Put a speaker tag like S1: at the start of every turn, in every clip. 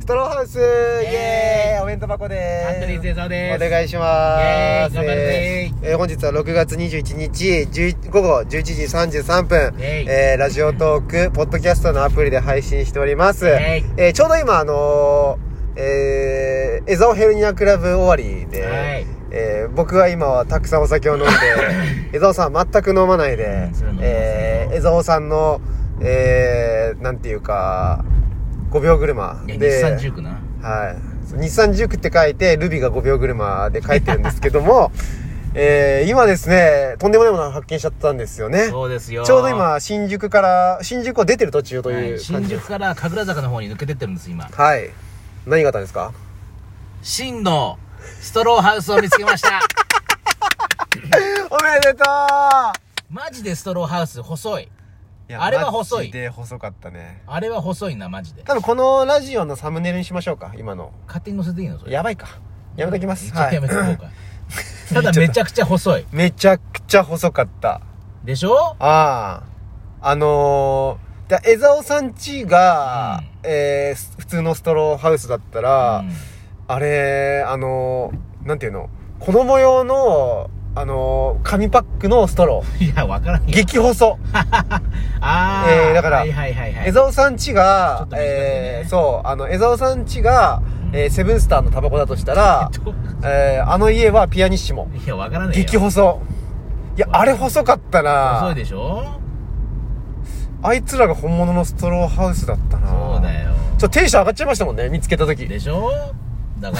S1: ストローハウスイ
S2: エーイ
S1: エーイお弁当箱で
S2: アントニー
S1: す
S2: 製造です。
S1: お願いします
S2: イエーイ頑張るぜ
S1: えー本日は6月21日10午後11時33分、
S2: イエーイ
S1: えーラジオトークポッドキャストのアプリで配信しております、
S2: イエーイ
S1: えーちょうど今あのーえーエザオヘルニアクラブ終わりで、
S2: はい
S1: えー僕は今はたくさんお酒 を飲んで江沢さんは全く飲まないで
S2: うんそれは飲みませんよ
S1: えー江沢さんのえー、なんていうか5秒車
S2: いや
S1: で
S2: 日産ジュークな。
S1: はいそう。日産ジュークって書いて、ルビが5秒車で書いてるんですけども、 えー、今ですね、とんでもないものを発見しちゃったんですよね。
S2: そうですよ。
S1: ちょうど今、新宿から、新宿を出てる途中と
S2: はい
S1: いう感
S2: 新
S1: じで
S2: 宿
S1: す。
S2: から神楽坂の方に抜けてってるんです、今。
S1: はい。何があったんですか
S2: 真のストローハウスを見つけま した。
S1: おめでとう
S2: マジでストローハウス細い。あれは細い
S1: マジで細かったね。
S2: あれは細いな、マジで。
S1: 多分このラジオのサムネイルにしましょうか、今の。
S2: 勝手に乗せていいのそれ。
S1: やばいか。やめときます。
S2: ちょっ
S1: は
S2: とや
S1: い
S2: め。ておこ うか。ただめちゃくちゃ細い。
S1: めちゃくちゃ細かった。
S2: でしょ
S1: あああのー、だ江沢さんちが、えーす普通のストローハウスだったら、
S2: うん
S1: あれあのー、なんていうの子供用のあのー、紙パックのストロ
S2: いや、わからん
S1: ー
S2: よ。
S1: 激細
S2: あ
S1: え
S2: ー。
S1: ーだから
S2: はいはいはいは
S1: 江
S2: い。
S1: 沢さんち
S2: ちょ
S1: が
S2: っと短いね
S1: えーそうあの江沢さんちが、えーセブンスターのタバコだとした ら、
S2: どう
S1: えーあの家はピアニッシモ
S2: いや、わからねえよ。
S1: 激細いやあれ細かったな
S2: 細いでしょ
S1: あいつらが本物のストローハウスだったな
S2: そうだよ。
S1: ちょっとテンション上がっちゃいましたもんね見つけた時
S2: でしょ だか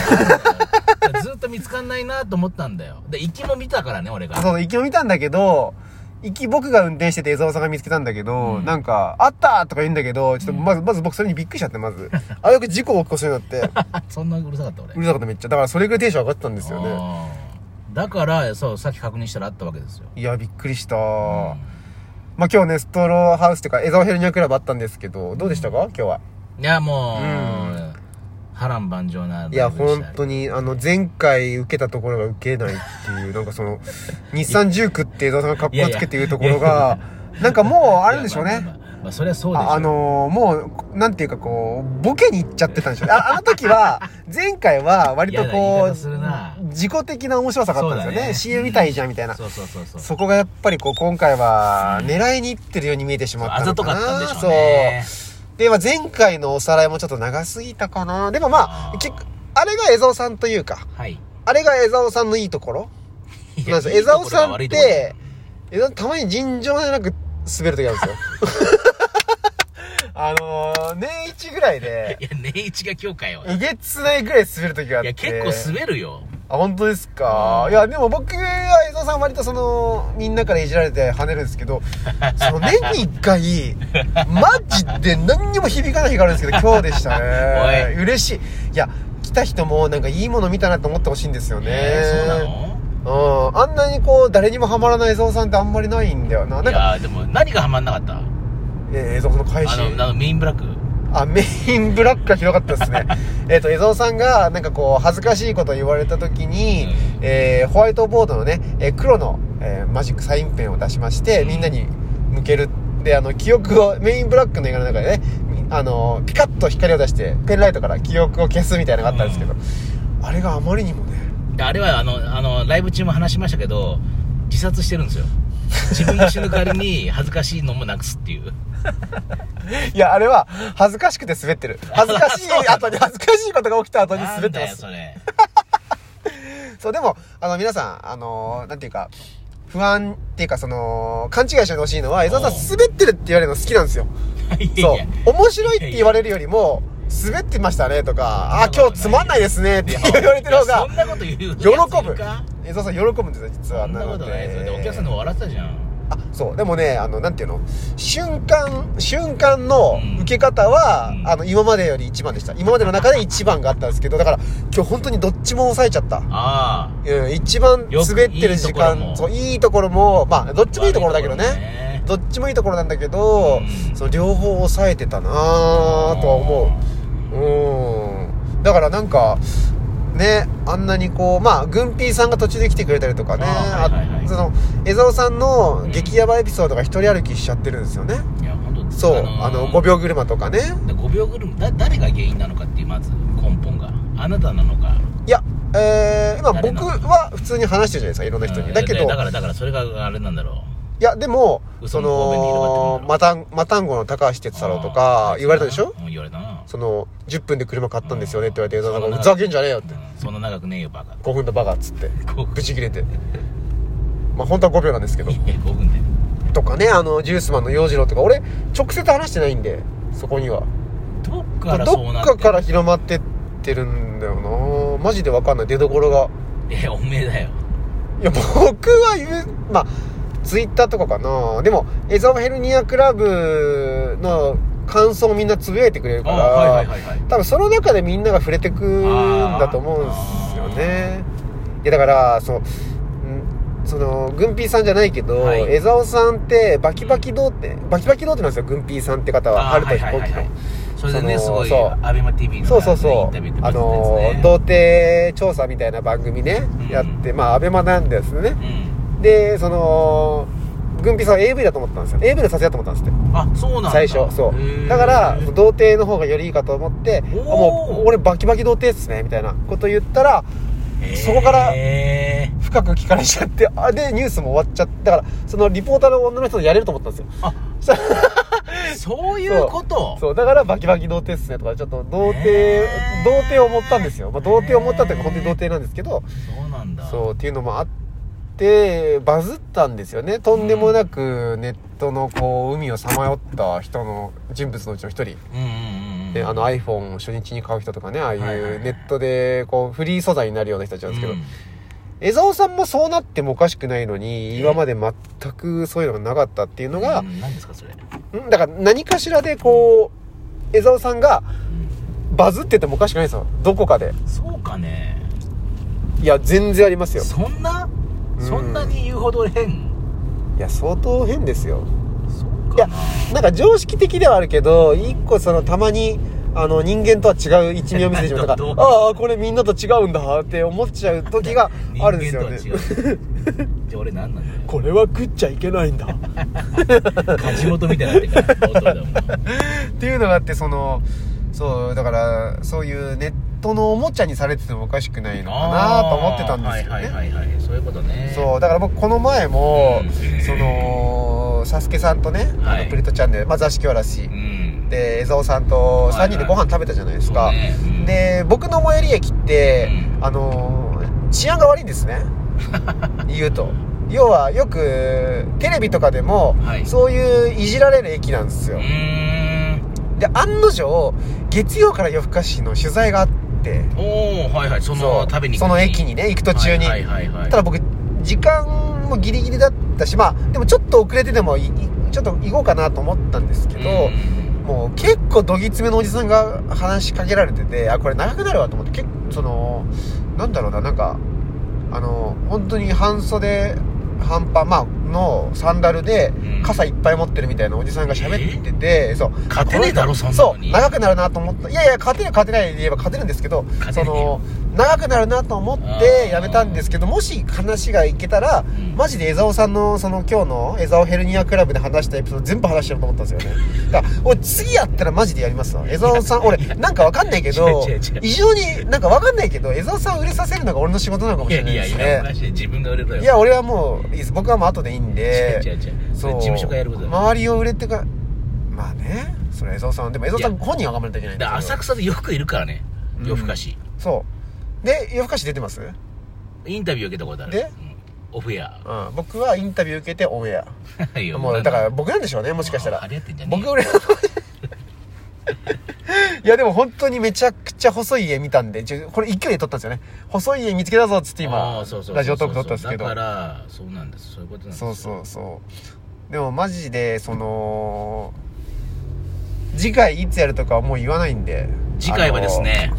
S2: ら、ずっと見つかんないなと思ったんだよ。で、行きも見たからね、俺が。
S1: そう行きを見たんだけど行き僕が運転してて江沢さんが見つけたんだけど、
S2: うん
S1: なんか「あった!」とか言うんだけどちょっとまず、まず僕それにびっくりしちゃってまずあよく事故を起こすように なって
S2: そんなうるさかった、俺。
S1: うるさかっためっちゃだからそれぐらいテンション上がってたんですよね
S2: あーだから、そう、さっき確認したらあったわけですよ。
S1: いやびっくりした、
S2: うん
S1: まあ今日ねストローハウスというか江沢ヘルニアクラブあったんですけどどうでしたか今日はい
S2: や、もう、
S1: うん
S2: 波乱万丈な。
S1: いや本当
S2: に。
S1: にあの前回受けたところが受けないっていうなんかその日産ジュークって江沢さんが格好つけていうところがなんかもうあれでしょう
S2: い
S1: ね
S2: やまあまあまあまあ、そりゃそうでしょ。
S1: ああのーもう、なんていうかこう、ボケに行っちゃってたんでしょうね。ああの時は、前回は割とこ
S2: 嫌な言い方するな
S1: う、自己的な面白さがあったんです
S2: そう
S1: よ
S2: だ
S1: ね。
S2: ね
S1: CM みたいじゃんみたいな。
S2: そうそうそうそう。
S1: そこがやっぱりこう、今回は、狙いに行ってるように見えてしまった
S2: あざ
S1: の
S2: と
S1: か
S2: か
S1: な。
S2: ったんでしょうね。
S1: そう。で、まあ前回のおさらいもちょっと長すぎたかな。でもま
S2: あ
S1: あ、
S2: ー
S1: 結構あれが江沢さんというか、
S2: はい。
S1: あれが江沢さんのいいところ
S2: い
S1: なん
S2: や
S1: ですよ江沢さんっ
S2: いいところが悪いところじゃない
S1: て、江沢たまに尋常じゃなく滑るときあるんですよ。 あのー、年一ぐらいで、
S2: いや、年一が今日かよ。
S1: えげつないぐらい滑るときがあっ
S2: い
S1: て。
S2: や、結構滑るよ。
S1: あ、本当ですか
S2: う。ん
S1: いや、でも僕は江沢さん割とその、みんなからいじられて跳ねるんですけ ど、その年に一回、マジで何にも響かない日があるんですけど、今日でした
S2: おい
S1: ね。嬉しい。いや、来た人もなんかいいもの見たなと思ってほしいんですよね。
S2: えーそうなの
S1: うん、あんなにこう誰にもハマらない映像さんってあんまりないんだよななん
S2: い
S1: か、
S2: やーでも何がハマんなかった
S1: えー、映像さんの返し
S2: あのあのメインブラック
S1: あメインブラックがひどかったです ねえっと映像さんがなんかこう恥ずかしいことを言われた時に、えーホワイトボードのね、えー黒の、えーマジックサインペンを出しましてみんなに向けるであの記憶をメインブラックの映画の中でねみあのピカッと光を出してペンライトから記憶を消すみたいなのがあったんですけど、あれがあまりにもね
S2: であれはあのあのライブ中も話しましたけど自殺してるんですよ自分が死ぬ代わり に恥ずかしいのもなくすっていう
S1: いや、あれは、恥ずかしくて滑ってる。恥ずかしい後に、恥ずかしいことが起きた後に滑
S2: な
S1: っ
S2: ん
S1: てま
S2: だよ
S1: す。
S2: それ
S1: そう、でも、あの、皆さん、あのーなんていうか、不安っていうか、その、勘違いしないでほしいのは、江沢さん滑ってるって言われるの好きなんですよ。
S2: いや
S1: そ
S2: いや
S1: う。面白いって言われるよりも、滑ってましたねとか、あー、今日つまんないですねって言われてる方が
S2: いやそん、なこと言うやつ
S1: 喜ぶ
S2: いるか。
S1: 江沢さん喜ぶんですよ、実は。
S2: そんなことないですよでお客さん
S1: の。
S2: の方笑ってたじゃん
S1: あ、そう。でもね、あの、なんていうの瞬間、瞬間の
S2: うん
S1: 受け方は、
S2: うん
S1: あの、今までより一番でした。今までの中で一番があったんですけど、だから、今日本当にどっちも抑えちゃった。
S2: あ
S1: うん、一番
S2: よく
S1: 滑ってる時
S2: いいとこ
S1: 間、
S2: ろも
S1: そう、いいところも、まあ、どっち
S2: あ
S1: もいいところだけどね。
S2: ね
S1: どっちもいいところなんだけど、
S2: うん
S1: その両方抑えてたなぁとは思う。うんだからなんかねあんなにこうまあ軍ピーさんが途中で来てくれたりとかね
S2: あーはいはいはい
S1: あその江沢さんの激ヤバエピソードが一人歩きしちゃってるんですよね、
S2: いや本当
S1: そう、あ
S2: あ
S1: の
S2: の
S1: 5秒車とかね
S2: 5秒ぐるだ誰が原因なのかっていうりまず根本があなたなのか
S1: いや、えー、今
S2: 誰
S1: 僕
S2: なの
S1: は普通に話してるじゃないですか、いろんな人
S2: う
S1: に。
S2: ん
S1: だけど、
S2: だからだからそれがあれなんだろ
S1: いや、でも、そ
S2: 嘘の方面に広がってくるんだ
S1: の
S2: ろ、う
S1: マタン、マタンゴの高橋哲
S2: う
S1: 太郎とか言われたでしょ
S2: うん言われたな
S1: その、10分で車買ったんですよねって言われて、
S2: うん
S1: だから
S2: そんな
S1: ふざけんじゃねえよって。
S2: うんそんな長くねえよバカ
S1: 5分だバカっつって、
S2: 5分
S1: ブチ切れて。まあ本当は5秒なんですけど。
S2: 5分で
S1: とかね、あの、ジュースマンの洋次郎とか、俺、直接話してないんで、そこには。
S2: どっ
S1: ど
S2: からそう
S1: っ
S2: なって
S1: かから広まってってるんだよなマジでわかんない、出どころが。
S2: いやおめえだよ
S1: いや、僕は言う、まあ、ツイッターとかかな。でも、エゾヘルニアクラブの感想をみんなつぶやいてくれる
S2: あ
S1: か
S2: はいはい
S1: ら、
S2: はいはい
S1: 多分その中でみんなが触れてくんだと思うんですよね。いや、だから、そう、んその、グンピーさんじゃないけど、
S2: はい
S1: 江沢さんってバキバキ童貞、バキバキ童貞なんですよ、グンピーさんって方は、
S2: あ
S1: 春と飛行
S2: はい
S1: 機
S2: はいはい
S1: の
S2: はい。それでねす
S1: その
S2: ごい
S1: そう
S2: アベマ t v の
S1: そうそうそ
S2: インタビュー
S1: う
S2: で。
S1: あ
S2: 出てま
S1: の
S2: し、たや
S1: 童貞調査みたいな番組ね、
S2: うん
S1: やって、まあ、アベマなんですね。
S2: つね
S1: でその軍備さんは AV だと思ったんですよ AV の撮影だと思ったんですって
S2: うんあそうなんだ
S1: 最初そ
S2: へー
S1: うだから童貞の方がよりいいかと思ってあ
S2: おー
S1: もう俺バキバキ童貞っすねみたいなこと言ったら
S2: へー
S1: そこから深く聞かれちゃってあでニュースも終わっちゃってだからそのリポーターの女の人とやれると思ったんですよ
S2: あ
S1: そ
S2: そういうこと
S1: そうだからバキバキ童貞っすねとかちょっと童貞、
S2: へー
S1: 童貞を持ったんですよ、まあ、童貞を持ったというか
S2: へー
S1: 本当に童貞なんですけど
S2: そうなんだ
S1: そうっていうのもあってバズったんですよねとんでもなくネットのこう海をさまよった人の人物のうちの一人、
S2: うんうんうんうん
S1: ね、あの iPhone を初日に買う人とかねああい
S2: はいはいは
S1: う
S2: い
S1: ネットでこうフリー素材になるような人たちなんですけど、
S2: うん
S1: 江澤さんもそうなってもおかしくないのに
S2: え
S1: 今まで全くそういうのがなかったっていうのが
S2: う、ん何ですかそれ
S1: んだから何かしらでこう江澤さんがバズっててもおかしくないんですよどこかで
S2: そうかね
S1: いや全然ありますよ
S2: そんな
S1: うん
S2: そんなに言うほど変
S1: いや相当変ですよ
S2: そう
S1: いや
S2: かな
S1: なんか常識的ではあるけど一個そのたまにあの人間とは違う一面を見せてしまったか
S2: どう
S1: らああこれみ んなと違うんだって思っちゃう時があるんですよね
S2: 人間とは違うじゃあ俺何なんだよ
S1: これは食っちゃいけないんだ っ
S2: 勝ち元みたいになってるから冒頭だもん
S1: ていうのがあってそのそうだからそういうネットのおもちゃにされててもおかしくないのか なと思ってたんですよ
S2: はい
S1: ね
S2: はいはいはいそういうことね
S1: そうだから僕この前も、
S2: うん
S1: そのサスケさんとね、
S2: はい
S1: あのプリットチャンネル、まあ、座敷わらし
S2: うん
S1: で江蔵さんと3人でご飯食べたじゃないですか、
S2: そうねうん
S1: で僕の最寄り駅って、
S2: うん
S1: あのー治安が悪いんです ね言うと要はよくテレビとかでも、
S2: はい
S1: そういういじられる駅なんです
S2: う
S1: よ
S2: ーん
S1: で案の定月曜から夜更かしの取材があって
S2: おおはいはいその
S1: う
S2: 食べに行く
S1: その駅にね行く途中に、
S2: はいはいはいはい
S1: ただ僕時間もギリギリだったしまあでもちょっと遅れてでもいいちょっと行こうかなと思ったんですけど、
S2: うん
S1: もう結構どぎつめのおじさんが話しかけられててあこれ長くなるわと思って結構そのなんだろうななんかあの本当に半袖半パン、まあ、のサンダルで
S2: うん
S1: 傘いっぱい持ってるみたいなおじさんが喋ってて、そう
S2: 勝てねえだろそんな
S1: そ
S2: の
S1: う
S2: に
S1: 長くなるなと思ったいやいや勝てる勝てないで言えば勝てるんですけど
S2: 勝て
S1: そ
S2: ねえ
S1: の
S2: よ
S1: 長くなるなと思ってやめたんですけどもし話がいけたら、
S2: ん
S1: マジで江澤さんのその今日の江澤ヘルニアクラブで話したエピソード全部話してると思ったんですよね だから俺次やったらマジでやりますわ江澤さん俺なんかわかんないけど
S2: 違う違う違う
S1: 異常になんかわかんないけど江澤さんを売れさせるのが俺の仕事なのかも
S2: い
S1: し
S2: や
S1: れないいで
S2: や
S1: す
S2: いやおか
S1: ね
S2: しい自分が売れろよ
S1: いや俺はもういいです僕はもう後でいいんで
S2: 違う違う違うそれ事務所がやることだ
S1: 周りを売れてかまあねそれ江澤さんでも江澤さん本人は頑張らなきゃいけないん
S2: だから
S1: です
S2: 浅草でよくいるからね
S1: うん
S2: 夜更かし
S1: そうで夜更かし出てます
S2: インタビュー受けたことある
S1: で
S2: うんオフエア
S1: うん、僕はインタビュー受けてオンエア
S2: いや
S1: もうだから僕なんでしょうねもしかしたら
S2: 張り合ってんじゃねえ
S1: 僕
S2: よ
S1: 俺いやでも本当にめちゃくちゃ細い家見たんでちょこれ一挙で撮ったんですよね細い家見つけたぞっつって
S2: あ
S1: 今
S2: ーそうそうそうそう
S1: ラジオトーク撮ったんですけど
S2: だからそうなんですそういうことなんです
S1: そうそうそうでもマジでその次回いつやるとかはもう言わないんで
S2: 次回はですね